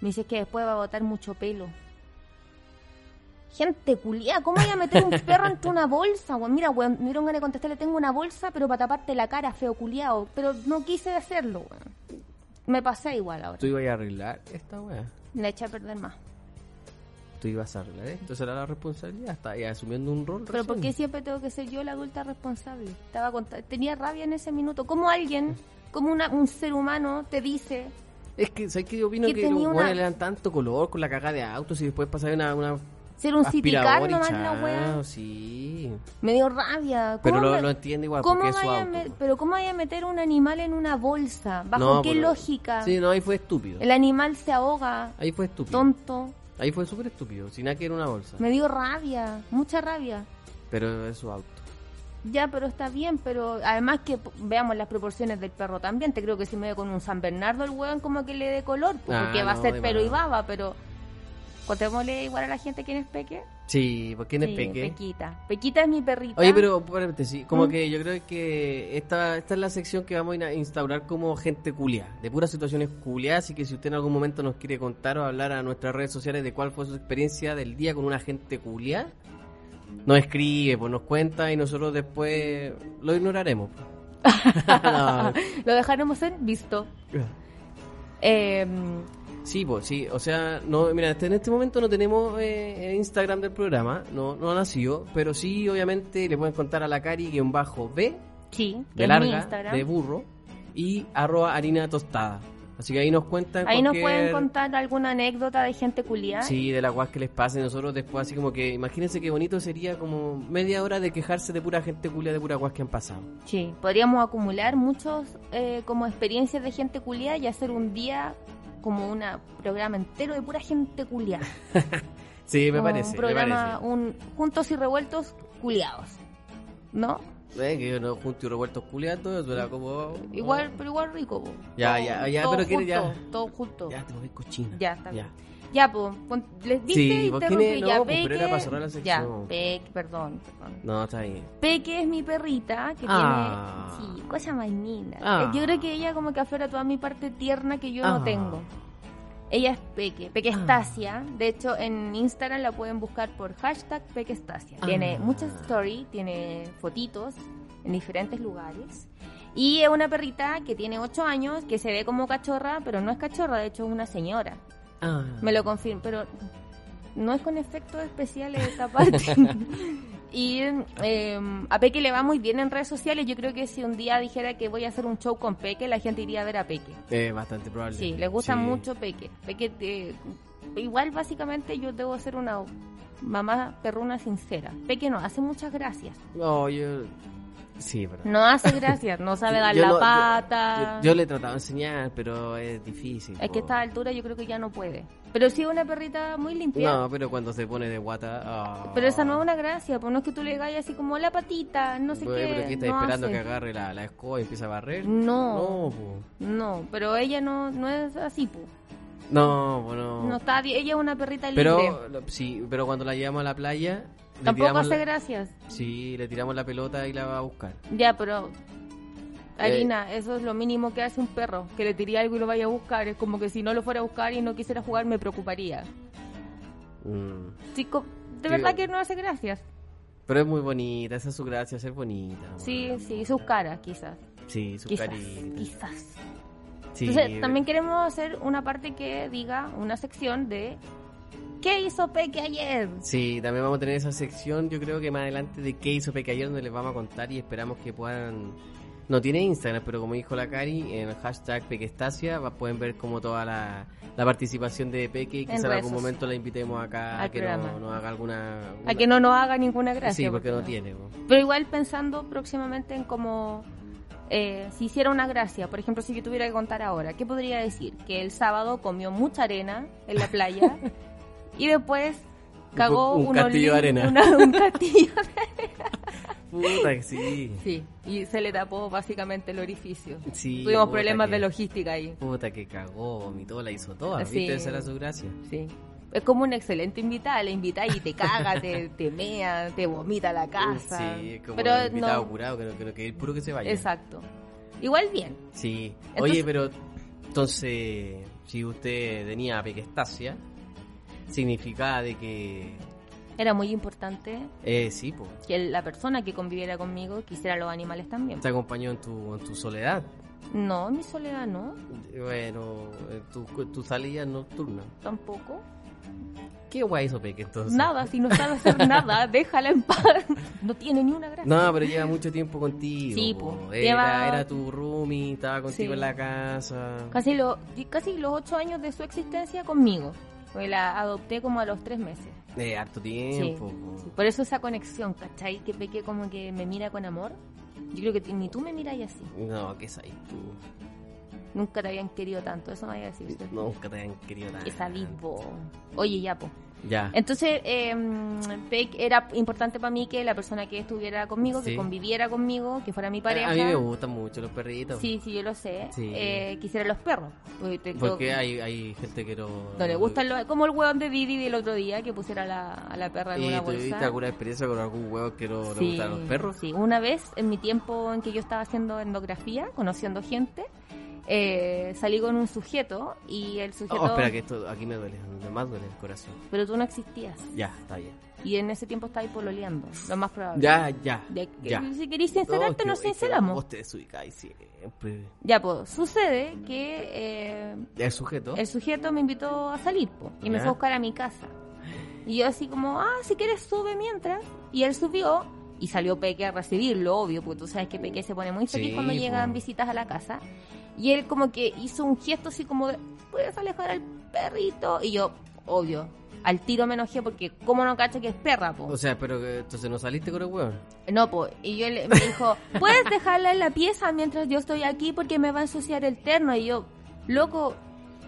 D: Me dice "Es que después va a botar mucho pelo. Gente culia, ¿cómo voy a meter un perro entre una bolsa? weón? Mira, weón, me dieron ganas de contestarle, tengo una bolsa, pero para taparte la cara, feo culiao. Pero no quise hacerlo, weón. Me pasé igual ahora.
E: Tú ibas a arreglar esta weá.
D: La eché a perder más.
E: tú ibas a arreglar esto, será la responsabilidad, está ahí asumiendo un rol.
D: Pero
E: recién.
D: ¿por qué siempre tengo que ser yo la adulta responsable? Estaba con- tenía rabia en ese minuto. ¿Cómo alguien, como una- un ser humano, te dice,
E: Es que, ¿sabes qué? Yo opino
D: Que
E: que, los
D: tenía una-
E: hueones le dan tanto color con la cagada de autos y después pasan una, una
D: ser un
E: aspiradora
D: citicar
E: y
D: nomás la
E: chao,
D: wea?
E: sí.
D: Me dio rabia. ¿Cómo
E: Pero
D: me-
E: lo, lo entiende igual
D: ¿cómo
E: porque es su
D: vaya a
E: auto.
D: me-
E: po.
D: pero ¿cómo vaya a meter un animal en una bolsa? ¿Bajo
E: No,
D: qué
E: pero-
D: lógica?
E: Sí, no, ahí fue estúpido.
D: El animal se ahoga,
E: Ahí fue estúpido.
D: tonto.
E: Ahí fue súper estúpido, sin nada que era una bolsa.
D: Me dio rabia, mucha rabia.
E: Pero es su auto.
D: Ya, pero está bien, pero además que po- veamos las proporciones del perro también. Te creo que si me ve con un San Bernardo el hueón como que le dé color, pues,
E: Ah,
D: porque va a
E: no,
D: ser
E: de
D: pelo y
E: verdad.
D: baba, pero contémosle igual a la gente quién es Peque.
E: Sí, porque en el
D: Sí,
E: peque.
D: Pequita. Pequita es mi perrita.
E: Oye, pero espérate, sí, como
D: ¿Mm?
E: que yo creo que esta, esta es la sección que vamos a ina- instaurar como gente culia, de puras situaciones culiadas, así que si usted en algún momento nos quiere contar o hablar a nuestras redes sociales de cuál fue su experiencia del día con una gente culia, nos escribe, pues nos cuenta y nosotros después lo ignoraremos. No.
D: Lo dejaremos en visto. Eh,
E: Sí, pues sí, o sea, no, mira, este- en este momento no tenemos eh, el Instagram del programa, no, no ha nacido, pero sí, obviamente, le pueden contar a la cari-b
D: sí, que
E: de
D: es mi
E: larga,
D: Instagram.
E: de burro, y arroba harina tostada. Así que ahí nos cuentan
D: Ahí nos
E: cualquier-
D: pueden contar alguna anécdota de gente culiada.
E: Sí, de las guas que les pase. Nosotros después así como que, imagínense qué bonito sería como media hora de quejarse de pura gente culia, de pura guas que han pasado.
D: Sí, podríamos acumular muchos eh, como experiencias de gente culiada y hacer un día como un programa entero de pura gente culiada.
E: Sí, me
D: Como
E: parece,
D: Un
E: me
D: programa,
E: parece.
D: un Juntos y Revueltos culiados. ¿No?
E: Eh, que yo no junto y revueltos culiando, eso era como... oh,
D: Igual, pero igual rico. po.
E: Ya,
D: Todo-
E: ya, ya,
D: todo
E: pero quiere ya.
D: junto, Todo junto.
E: oh, Ya,
D: Ya,
E: te voy cochina.
D: está bien. Ya, pues, les dije
E: Sí, vos
D: interrumpí,
E: quiere-
D: ya,
E: no, pues, pero
D: Peque-
E: era para cerrar la
D: Ya,
E: sección.
D: Peque, perdón, perdón.
E: No, está bien.
D: Peque es mi perrita que
E: Ah.
D: tiene sí, cosa más linda.
E: Ah.
D: Yo creo que ella como que afuera toda mi parte tierna que yo no
E: Ah.
D: tengo. Ella es Peque, Peque Estasia. De hecho, en Instagram la pueden buscar por hashtag Peque Estasia. Tiene
E: Ah.
D: muchas stories, tiene fotitos en diferentes lugares. Y es una perrita que tiene 8 años, que se ve como cachorra, pero no es cachorra, de hecho es una señora.
E: Ah.
D: Me lo confirmo, pero no es con efectos especiales esta parte. y eh, a Peque le va muy bien en redes sociales. Yo creo que si un día dijera que voy a hacer un show con Peque, la gente iría a ver a Peque.
E: Eh, bastante probable.
D: Sí, le gusta
E: Sí.
D: mucho Peque. Peque, eh, igual básicamente yo debo ser una mamá perruna sincera. Peque no hace muchas gracias.
E: No, yo. Sí, es verdad.
D: No hace gracias, no sabe dar
E: Yo
D: la
E: no- yo-
D: pata.
E: Yo, yo le he tratado de enseñar, pero es difícil.
D: Ah. Es que a
E: po.
D: esta altura yo creo que ya no puede. Pero sí es una perrita muy limpia.
E: No, pero cuando se pone de guata. ah.
D: Pero esa no es una gracia, pues no es que tú le digas así como la patita, no sé
E: Bueno,
D: qué.
E: Pues, Pero que está
D: no
E: esperando
D: hace.
E: que agarre la, la escoba y empiece a barrer.
D: No,
E: No, po.
D: no, pero ella no, no es así, pues.
E: No, po, no.
D: No está, di- ella es una perrita libre.
E: pero, lo- sí, pero cuando la llevamos a la playa. le
D: Tampoco
E: tiramos
D: hace
E: la-
D: gracias.
E: Sí, le tiramos la pelota y la va a buscar.
D: Ya,
E: Eh.
D: pero. Alina, eso es lo mínimo que hace un perro, que le tiré algo y lo vaya a buscar. Es como que si no lo fuera a buscar y no quisiera jugar, me preocuparía.
E: Mm.
D: Chico, de
E: Sí.
D: verdad que no hace gracias.
E: Pero es muy bonita, esa es su gracia, ser bonita.
D: Sí,
E: bueno.
D: sí, sus caras, quizás.
E: Sí, su
D: quizás,
E: carita.
D: quizás.
E: Sí,
D: Entonces, también queremos hacer una parte que diga una sección de ¿Qué hizo Peque ayer?
E: Sí, también vamos a tener esa sección, yo creo que más adelante de qué hizo Peque ayer, donde les vamos a contar y esperamos que puedan... No tiene Instagram, pero como dijo la Cari, en el hashtag Pequestasia va- pueden ver como toda la, la participación de Peque. Quizá en
D: redes
E: algún
D: sociales.
E: momento la invitemos acá
D: Al
E: a que no-
D: programa.
E: nos haga alguna...
D: A que no nos haga ninguna gracia.
E: Sí, porque no tiene. po.
D: Pero igual pensando próximamente en cómo eh, si hiciera una gracia, por ejemplo, si yo tuviera que contar ahora, ¿qué podría decir? Que el sábado comió mucha arena en la playa y después cagó
E: Un- un castillo de
D: olín-
E: arena.
D: una- un castillo de
E: Puta que sí.
D: Sí, y se le tapó básicamente el orificio.
E: Sí,
D: Tuvimos
E: puta
D: problemas
E: que-
D: de logística ahí.
E: Puta que cagó, vomitó, la hizo toda.
D: Sí.
E: ¿Viste? Esa era su gracia.
D: Sí. Es como una excelente invitada, la invitáis y te caga, te, te mea, te vomita la casa.
E: Sí, es como
D: Pero
E: el invitado
D: no-
E: curado, que no, que no- que puro que se vaya.
D: Exacto. Igual bien.
E: Sí.
D: Entonces-
E: Oye, pero entonces, si usted tenía pequestasia, significaba de que...
D: Era muy importante
E: Eh, sí, pues.
D: que la persona que conviviera conmigo quisiera los animales también.
E: Te acompañó en tu, en tu soledad.
D: No, en mi soledad no,
E: Bueno, en tu, en tu salida nocturna.
D: tampoco.
E: ¿Qué guay hizo Peque entonces?
D: Nada, si no sabe hacer nada, déjala en paz. No tiene ni una gracia.
E: No, pero lleva mucho tiempo contigo.
D: Sí,
E: po.
D: po.
E: Era,
D: Lleva-
E: era tu roomie, estaba contigo
D: Sí.
E: en la casa.
D: Casi, lo, casi los ocho años de su existencia conmigo. Porque la adopté como a los tres meses.
E: De Eh, harto
D: Sí,
E: tiempo. po.
D: sí. Por eso esa conexión, ¿cachai? Que Peque como que me mira con amor. Yo creo que ti- ni tú me miras así.
E: No, ¿qué sabes tú?
D: Nunca te habían querido tanto, eso me voy a decir. ¿cierto?
E: Nunca te han querido nada.
D: Esa vivo. Oye, ya, po.
E: Ya.
D: Entonces, eh, Peque era importante para mí que la persona que estuviera conmigo,
E: Sí.
D: que conviviera conmigo, que fuera mi pareja.
E: A mí me gustan mucho los perritos.
D: Sí, sí, yo lo sé.
E: Sí.
D: Eh, quisiera los perros. Porque te-
E: Porque
D: no-
E: hay, hay gente que no...
D: no le gustan los... Como el hueón de Didi del otro día que pusiera a la, a la perra en
E: ¿Y
D: una
E: tú
D: bolsa.
E: Eh, tuviste alguna experiencia con algún huevo que no le gustan los perros?
D: Sí, una vez en mi tiempo en que yo estaba haciendo endografía, conociendo gente, eh, salí con un sujeto y el sujeto.
E: Oh, espera, que esto aquí me duele, donde más duele el corazón.
D: Pero tú no existías.
E: Ya, está bien.
D: Y en ese tiempo estabas pololeando, lo más probable.
E: Ya, ya,
D: De que-
E: ya. Oh,
D: Si queréis sincerarte,
E: No,
D: nos
E: es que- es que
D: sinceramos.
E: Vos te desubicáis siempre.
D: Ya, pues, sucede que eh,
E: ¿El sujeto?
D: el sujeto me invitó a salir, po, y me
E: Ya.
D: fue a buscar a mi casa. Y yo así como, ah, si quieres sube mientras. Y él subió y salió Peque a recibirlo, obvio, porque tú sabes que Peque se pone muy feliz
E: Sí,
D: cuando
E: po.
D: llegan visitas a la casa. Y él como que hizo un gesto así como, de, puedes alejar al perrito. Y yo, obvio, al tiro me enojé porque cómo no cacho que es perra, po.
E: O sea, pero que- entonces no saliste con el huevo.
D: No, po. Y yo le, me dijo, ¿puedes dejarla en la pieza mientras yo estoy aquí porque me va a ensuciar el terno? Y yo, loco,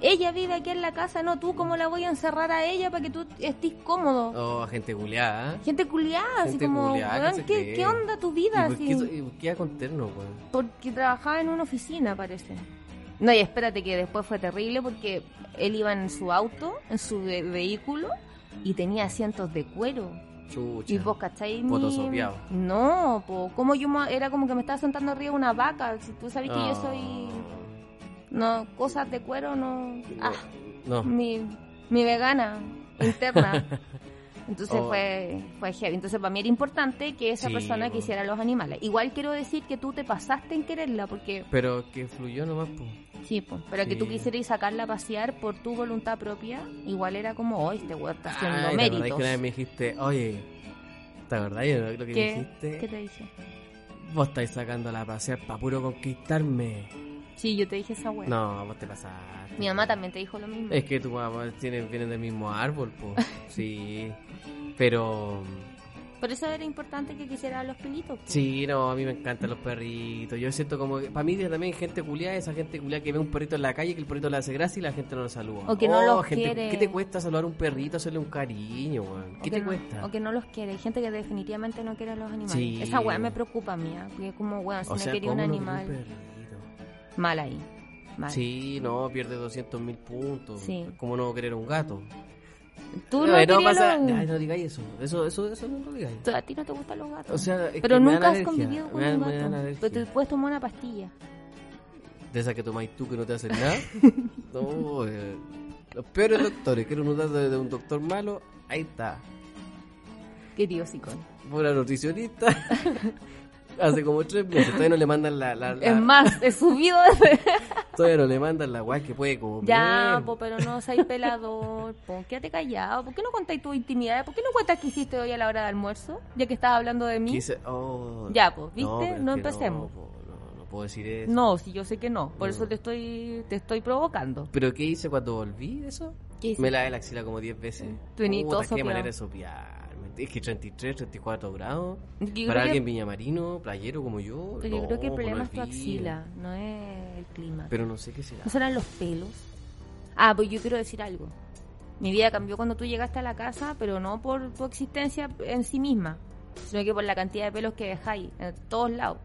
D: ella vive aquí en la casa, no tú, ¿cómo la voy a encerrar a ella para que tú estés cómodo?
E: Oh, gente guleada. ¿eh?
D: Gente culiada, así
E: Gente
D: como,
E: culiada,
D: weón,
E: que se
D: ¿qué,
E: cree.
D: qué onda tu vida?
E: ¿Y por
D: así?
E: qué, so- y por qué iba con terno, weón?
D: Porque trabajaba en una oficina, parece. No, y espérate que después fue terrible porque él iba en su auto, en su ve- vehículo, y tenía asientos de cuero.
E: Chucha.
D: Y vos, ¿cachai? Mi-
E: Fotosopeado.
D: No, po. Como yo mo- era como que me estaba sentando arriba de una vaca. Si tú sabes que
E: Ah.
D: yo soy. No, cosas de cuero, no. Ah,
E: No.
D: mi, mi vegana interna. Entonces
E: Oh.
D: fue, fue heavy. Entonces para mí era importante que esa
E: Sí,
D: persona
E: po.
D: quisiera los animales. Igual quiero decir que tú te pasaste en quererla, porque.
E: Pero que fluyó nomás, po.
D: Sí, po, pero que
E: Sí.
D: tú quisieras sacarla a pasear por tu voluntad propia, igual era como, hoy este weón está haciendo
E: Ay, ¿te acordás que
D: méritos.
E: una vez me dijiste, oye, ¿te acordás yo lo que me
D: ¿Qué?
E: dijiste?
D: ¿Qué te dije?
E: Vos estáis sacándola a pasear para puro conquistarme.
D: Sí, yo te dije esa weá.
E: No, vos te pasaste.
D: Mi mamá también te dijo lo mismo.
E: Es que tu mamá tiene, vienen del mismo árbol, pues. Sí. Pero.
D: Por eso era importante que quisiera los pilitos. po.
E: Sí, no, a mí me encantan los perritos. Yo siento como. que- Para mí también gente culiada, esa gente culiada que ve un perrito en la calle, que el perrito le hace gracia y la gente no lo saluda. Oh,
D: O que no lo
E: gente,
D: quiere.
E: ¿Qué te cuesta saludar a un perrito, hacerle un cariño, weón?
D: O que
E: ¿Qué te
D: no-
E: cuesta?
D: O que no los quiere. Hay gente que definitivamente no quiere a los animales.
E: Sí.
D: Esa weá me preocupa, mía. Porque es como, weón, si
E: O
D: me
E: sea,
D: quería un
E: ¿cómo no
D: animal.
E: quiere un perrito?
D: Mal ahí. Mal.
E: Sí, no, pierde 200 mil puntos.
D: Sí.
E: ¿Cómo no querer un gato?
D: Tú no,
E: Ay,
D: querías
E: pasa-
D: los-
E: Ay, no digáis eso. Eso, eso, eso no lo digáis.
D: Tú- A ti no te gustan los gatos.
E: O sea, es
D: pero
E: que me dan
D: nunca has
E: alergia,
D: convivido con
E: me dan-
D: un
E: me dan
D: gato.
E: alergia.
D: Pero te puedes tomar una pastilla.
E: De esas que tomáis tú que no te hacen nada. no, eh, los peores doctores. Quiero un dato de un doctor malo. Ahí está.
D: Querido psicón.
E: Pura nutricionista. Hace como tres meses. Todavía no le mandan la. la, la-
D: Es más, he subido desde...
E: Todavía no le mandan la guay que puede comer.
D: Ya, po, pero no seas pelador, po. Quédate callado. ¿Por qué no contáis tu intimidad? ¿Por qué no cuentas qué hiciste hoy a la hora de almuerzo? Ya que estabas hablando de mí.
E: Quise- oh,
D: Ya, pues,
E: no,
D: ¿viste?
E: pero es
D: No
E: que
D: empecemos.
E: No, po, no, no puedo decir eso.
D: No, si yo sé que no. Por
E: No.
D: eso te estoy, te estoy provocando.
E: ¿Pero qué hice cuando volví de eso?
D: ¿Qué hiciste?
E: Me lavé la axila como 10 veces.
D: Tú ni todo
E: Puta, qué
D: sopeado.
E: manera de sopearme. Es que 33, 34 grados.
D: Yo creo
E: Para
D: que-
E: alguien viñamarino, playero como yo.
D: Pero yo creo que el
E: no, pues
D: problema
E: no
D: es tu
E: bien.
D: axila, no es el clima.
E: Pero no sé qué será.
D: ¿No serán los pelos? Ah, pues yo quiero decir algo. Mi vida cambió cuando tú llegaste a la casa, pero no por tu existencia en sí misma, sino que por la cantidad de pelos que dejáis en todos lados.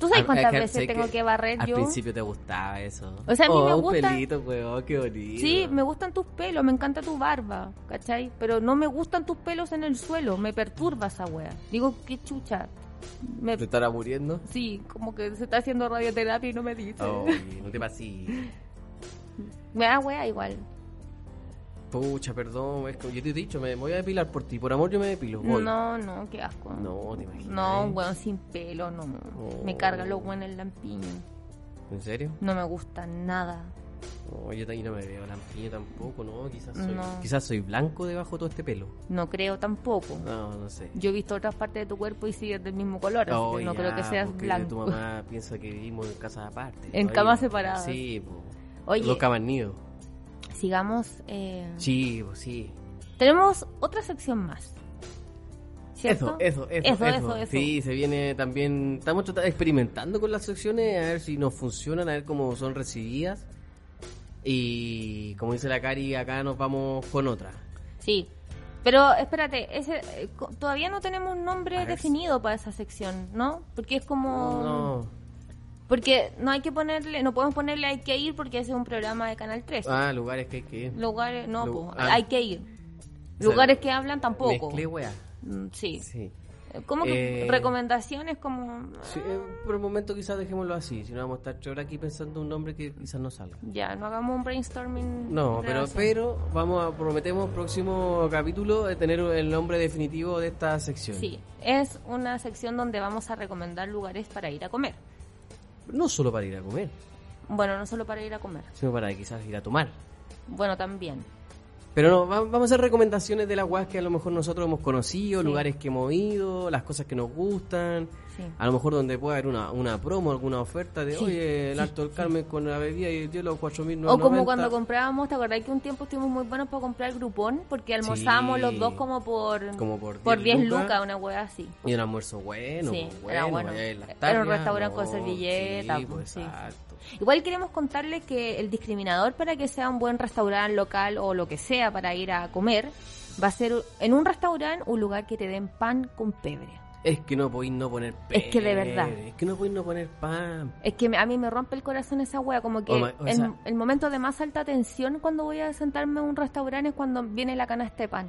D: ¿Tú sabes
E: Ah,
D: cuántas
E: es que
D: veces
E: sé
D: tengo que,
E: que
D: barrer
E: Al
D: yo?
E: principio te gustaba eso.
D: O sea, a mí me
E: Oh, un
D: gusta-
E: pelito, weón, qué bonito.
D: Sí, me gustan tus pelos, me encanta tu barba, ¿cachai? Pero no me gustan tus pelos en el suelo, me perturba esa wea. Digo, qué chucha. Me-
E: ¿Te estará muriendo?
D: Sí, como que se está haciendo radioterapia y no me dice.
E: Ay, no te pases.
D: Me da wea igual.
E: Pucha, perdón. es que yo te he dicho, me voy a depilar por ti. Por amor yo me depilo. voy.
D: No, no, qué asco.
E: No, te imaginas.
D: No, un weón sin pelo, no.
E: Oh.
D: Me cargan los weones lampiño.
E: ¿En serio?
D: No me gusta nada.
E: No, yo también no me veo lampiño tampoco, ¿no? Quizás soy,
D: No.
E: quizás soy blanco debajo de todo este pelo.
D: No creo tampoco.
E: No, no sé.
D: Yo he visto otras partes de tu cuerpo y sí es del mismo color, así
E: Oh,
D: que no
E: ya,
D: creo que seas
E: porque
D: blanco.
E: Tu mamá piensa que vivimos en casas aparte.
D: En
E: ¿no?
D: camas
E: Y-
D: separadas.
E: Sí, po.
D: Oye.
E: Dos camas nido.
D: Sigamos. eh,
E: Sí, po, sí.
D: Tenemos otra sección más. ¿Cierto?
E: Eso, eso, eso,
D: Eso, eso, eso.
E: Sí, se viene también. Estamos tratando- experimentando con las secciones, a ver si nos funcionan, a ver cómo son recibidas. Y como dice la Cari, acá nos vamos con otra.
D: Sí. Pero espérate, ese, eh, co- todavía no tenemos un nombre
E: A ver si-
D: definido para esa sección, ¿no? Porque es como...
E: No.
D: Porque no hay que ponerle, no podemos ponerle hay que ir porque ese es un programa de Canal 3.
E: Ah, lugares que hay que ir.
D: Lugares, no,
E: Lu-
D: po,
E: ah.
D: hay que ir.
E: O sea,
D: Lugares que hablan tampoco.
E: Mezclé, wea.
D: Mm, Sí.
E: Sí.
D: Como que
E: Eh.
D: recomendaciones como...
E: Sí, eh, por el momento quizás dejémoslo así, si no vamos a estar tres horas aquí pensando un nombre que quizás no salga.
D: Ya, no hagamos un brainstorming.
E: No,
D: entre
E: pero,
D: nosotros.
E: pero vamos a, prometemos próximo capítulo de tener el nombre definitivo de esta sección.
D: Sí, es una sección donde vamos a recomendar lugares para ir a comer.
E: No solo para ir a comer,
D: Bueno, no solo para ir a comer.
E: sino para quizás ir a tomar.
D: Bueno, también.
E: Pero no, va- vamos a hacer recomendaciones de las guas que a lo mejor nosotros hemos conocido,
D: Sí.
E: lugares que hemos ido, las cosas que nos gustan.
D: Sí.
E: A lo mejor donde pueda haber una, una promo, alguna oferta de,
D: Sí,
E: oye, el Alto del Carmen con la bebida y el hielo 4.990.
D: O como cuando comprábamos, ¿te acordás que un tiempo estuvimos muy buenos para comprar el grupón? Porque almorzábamos
E: Sí.
D: los dos como por,
E: Como por 10
D: 10 lucas,
E: lucas,
D: una hueá así.
E: Y un almuerzo bueno,
D: Sí,
E: pues,
D: era bueno.
E: bueno, allá en las
D: Era un
E: tardes,
D: restaurante con servilleta,
E: Sí,
D: pues,
E: pues,
D: sí.
E: exacto.
D: Igual queremos contarles que el discriminador para que sea un buen restaurante local o lo que sea para ir a comer va a ser en un restaurante un lugar que te den pan con pebre.
E: Es que no podéis no poner pan.
D: Es que de verdad.
E: Es que no podéis no poner pan.
D: Es que me- a mí me rompe el corazón esa wea, como que
E: Oh my- o
D: el,
E: sea-
D: el momento de más alta tensión cuando voy a sentarme a un restaurante es cuando viene la canasta de pan.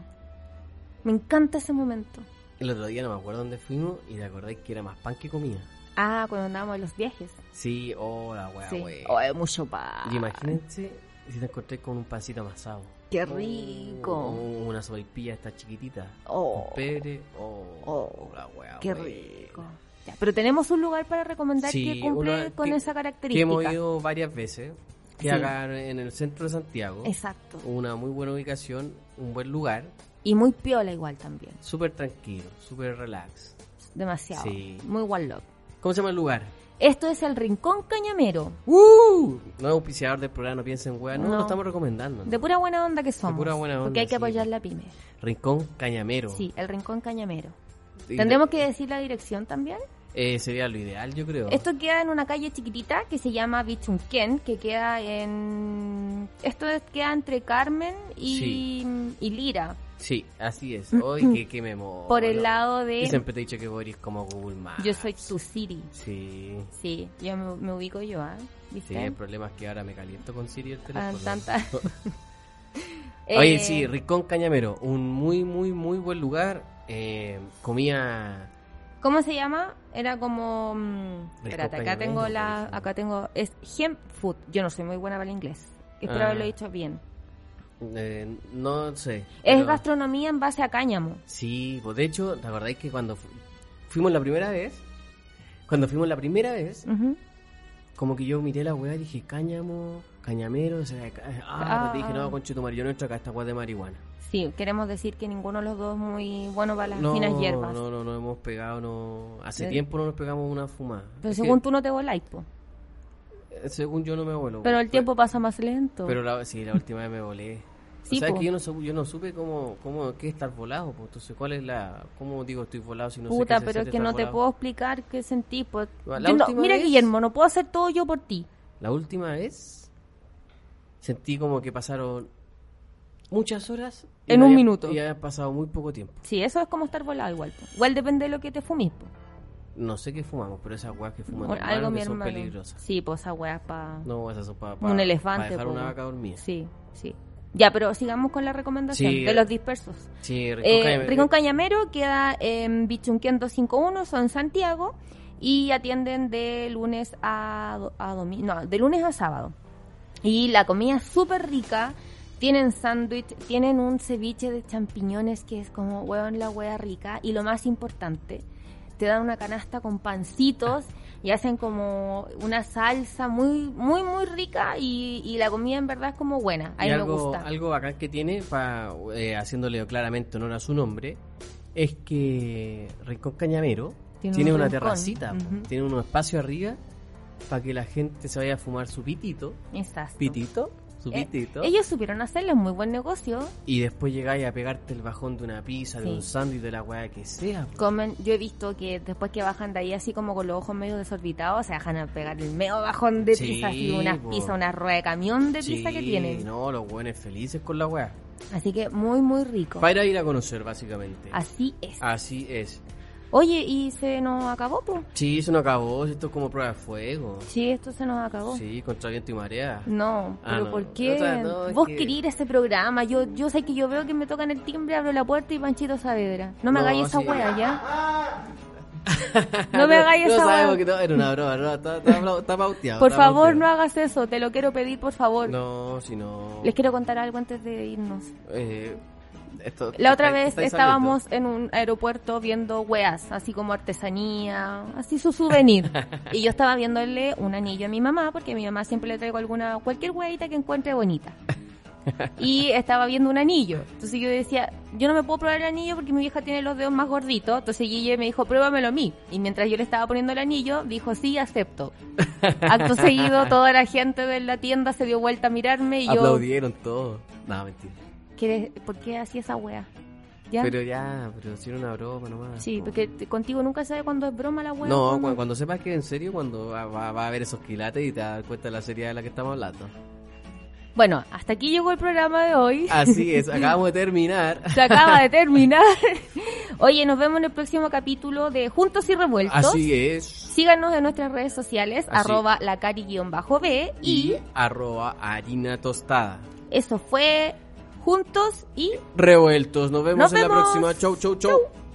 D: Me encanta ese momento.
E: El otro día no me acuerdo dónde fuimos y te acordáis que era más pan que comida.
D: Ah, cuando andábamos en los viajes.
E: Sí, oh, la wea,
D: sí.
E: wea.
D: Oh, es mucho pan.
E: Y imagínense si te encontráis con un pancito amasado.
D: Qué rico.
E: O una sopaipilla esta chiquitita.
D: Oh,
E: Con pebre. Oh,
D: Oh,
E: la wea,
D: qué
E: wea.
D: rico. Ya, pero tenemos un lugar para recomendar
E: Sí,
D: que cumple
E: uno-
D: con
E: que-
D: esa
E: Que
D: característica.
E: hemos ido varias veces. Que
D: Sí.
E: acá en el centro de Santiago.
D: Exacto.
E: Una muy buena ubicación, un buen lugar,
D: Y muy piola igual también.
E: súper tranquilo, súper relax.
D: Demasiado.
E: Sí.
D: Muy one love.
E: ¿Cómo se llama el lugar?
D: Esto es el Rincón Cañamero.
E: ¡Uh! No es auspiciador del programa, no piensen, weá. No,
D: No.
E: lo estamos recomendando. ¿no?
D: De pura buena onda que somos.
E: pura buena
D: porque
E: onda,
D: hay que
E: sí.
D: apoyar la pyme.
E: Rincón Cañamero.
D: Sí, el Rincón Cañamero.
E: Y-
D: ¿Tendremos que decir la dirección también?
E: eh, sería lo ideal, yo creo.
D: Esto queda en una calle chiquitita que se llama Bichunquén, que queda en... Esto es- queda entre Carmen y, y Lira,
E: Sí, así es. Hoy que, que me mola.
D: por el lado
E: Yo
D: de...
E: siempre te he dicho que Boris es como Google Maps.
D: Yo soy tu Siri.
E: Sí.
D: Sí, yo me, me ubico yo, ¿ah?
E: Sí,
D: ¿Viste?
E: el problema es que ahora me caliento con Siri el
D: Ah,
E: teléfono.
D: tanta...
E: Oye,
D: Eh,
E: sí, Rincón Cañamero. Un muy, muy, muy buen lugar. Eh, comía...
D: ¿Cómo se llama? Era como... mm,
E: Del
D: Espérate, acá
E: acompañamiento,
D: tengo la...
E: parece.
D: Acá tengo... Es hemp food. Yo no soy muy buena para el inglés. Espero
E: Ah.
D: haberlo dicho bien.
E: eh, no sé.
D: Es
E: pero-
D: gastronomía en base a cáñamo.
E: Sí, pues de hecho, ¿te acordáis que cuando fu- fuimos la primera vez? Cuando fuimos la primera vez,
D: Ujú.
E: como que yo miré la weá y dije, cáñamo, cañamero, o sea, ca- ah,
D: Ah.
E: pues dije, no, conchetumar, yo no entro acá a esta weá de marihuana.
D: Sí, queremos decir que ninguno de los dos es muy bueno para las
E: no,
D: finas hierbas.
E: No, no, no hemos pegado, no. Hace
D: Pero-
E: tiempo no nos pegamos una fumada.
D: Pero
E: Es que,
D: según tú no te voláis, po.
E: eh, según yo no me vuelo.
D: Pero el tiempo pasa más lento.
E: Pero la, sí, la última vez me volé.
D: Sí,
E: o sea, es
D: po.
E: que yo no, supe, yo no supe cómo, cómo, qué es estar volado, pues. Entonces, ¿cuál es la. ¿Cómo digo estoy volado si no sé
D: Puta,
E: qué se
D: pero es
E: siente
D: que
E: estar
D: no te
E: volado?
D: puedo explicar qué sentís, po.
E: La
D: Yo no-
E: última
D: mira,
E: vez-
D: Guillermo, no puedo hacer todo yo por ti.
E: La última vez sentí como que pasaron muchas horas. y
D: En
E: no
D: un
E: había-
D: minuto.
E: Y había pasado muy poco tiempo.
D: Sí, eso es como estar volado igual, po. Igual depende de lo que te fumís, po.
E: No sé qué fumamos, pero esas weas que fuman
D: Bueno,
E: hermano,
D: algo
E: que
D: mi
E: son
D: hermano.
E: peligrosas.
D: Sí, pues esa weá es pa...
E: No, esas son para
D: Un elefante,
E: dejar
D: po.
E: una vaca dormida.
D: Sí, sí. Ya, pero sigamos con la recomendación
E: Sí,
D: de
E: eh.
D: los dispersos.
E: Sí, rico
D: Eh,
E: caña-
D: Rincón Cañamero queda en Bichunquén 251, son Santiago, y atienden de lunes a, do- a domingo, no, de lunes a sábado. Y la comida es súper rica, tienen sándwich, tienen un ceviche de champiñones que es como hueón la hueá rica, y lo más importante, te dan una canasta con pancitos y hacen como una salsa muy, muy, muy rica y, y la comida en verdad es como buena, a
E: y
D: mí me
E: algo,
D: gusta.
E: algo bacán que tiene, pa, eh, haciéndole claramente honor a su nombre, es que Rincón Cañamero
D: Tiene
E: tiene,
D: un
E: una
D: rincón.
E: terracita, po.
D: Ujú.
E: tiene un espacio arriba para que la gente se vaya a fumar su pitito.
D: Exacto.
E: ¿Pitito? Su
D: Eh,
E: pitito.
D: Ellos supieron hacerles muy buen negocio.
E: Y después llegáis a pegarte el bajón de una pizza, de
D: Sí.
E: un sándwich, de la weá que sea. po.
D: Comen, yo he visto que después que bajan de ahí así como con los ojos medio desorbitados, se dejan a pegar el medio bajón de
E: Sí,
D: pizza, así unas
E: po.
D: pizzas, una rueda de camión de pizza que
E: Sí,
D: tienen.
E: No, los buenos felices con la weá.
D: Así que muy, muy rico.
E: Para ir a conocer, básicamente.
D: Así es.
E: Así es.
D: Oye, ¿y se nos acabó, po?
E: Sí, se nos acabó. Esto es como prueba de fuego.
D: Sí, esto se nos acabó.
E: Sí, contra viento y marea.
D: No,
E: Ah,
D: pero
E: no.
D: ¿por qué?
E: O sea, no, es
D: Vos
E: que-
D: querís ir a ese programa. Yo yo sé que yo veo que me tocan el timbre, abro la puerta y Panchito Saavedra. No me
E: No,
D: hagáis esa
E: sí. Ah,
D: wea, ¿ya? No me hagáis esa
E: No
D: hueá.
E: sabemos que no, era una broma, no, está, está, bla- está pauteado.
D: Por
E: está
D: favor, no
E: pauteado.
D: hagas eso. Te lo quiero pedir, por favor.
E: No, si no.
D: Les quiero contar algo antes de irnos.
E: eh, esto-
D: La otra
E: estáis-
D: vez
E: estáis
D: estábamos en un aeropuerto viendo weas, así como artesanía, así su souvenir. y yo estaba viéndole un anillo a mi mamá, porque a mi mamá siempre le traigo alguna, cualquier weita que encuentre bonita. Y estaba viendo un anillo. Entonces yo decía, yo no me puedo probar el anillo porque mi vieja tiene los dedos más gorditos. Entonces Guille me dijo, pruébamelo a mí. Y mientras yo le estaba poniendo el anillo, dijo, sí, acepto. Acto seguido, toda la gente de la tienda se dio vuelta a mirarme y
E: saludando.
D: yo,
E: Aplaudieron todo. No, mentira.
D: ¿qué- ¿por qué hacía esa wea? ¿Ya?
E: Pero ya, pero si era una broma nomás.
D: Sí,
E: po.
D: porque te- contigo nunca sabes cuándo es broma la weá.
E: No, cu-
D: cuándo-
E: cuando, sepas que en serio, cuando va, va- va a haber esos quilates y te das cuenta de la seriedad de la que estamos hablando.
D: Bueno, hasta aquí llegó el programa de hoy.
E: Así es, acabamos de terminar.
D: Se acaba de terminar. Oye, nos vemos en el próximo capítulo de Juntos y Revueltos.
E: Así es.
D: Síganos en nuestras redes sociales,
E: Así.
D: arroba lacari-b. Y,
E: Y arroba harina tostada.
D: eso fue Juntos y
E: Revueltos, nos vemos
D: Nos
E: en la
D: vemos.
E: próxima. chau, chau.
D: Chau.
E: chau.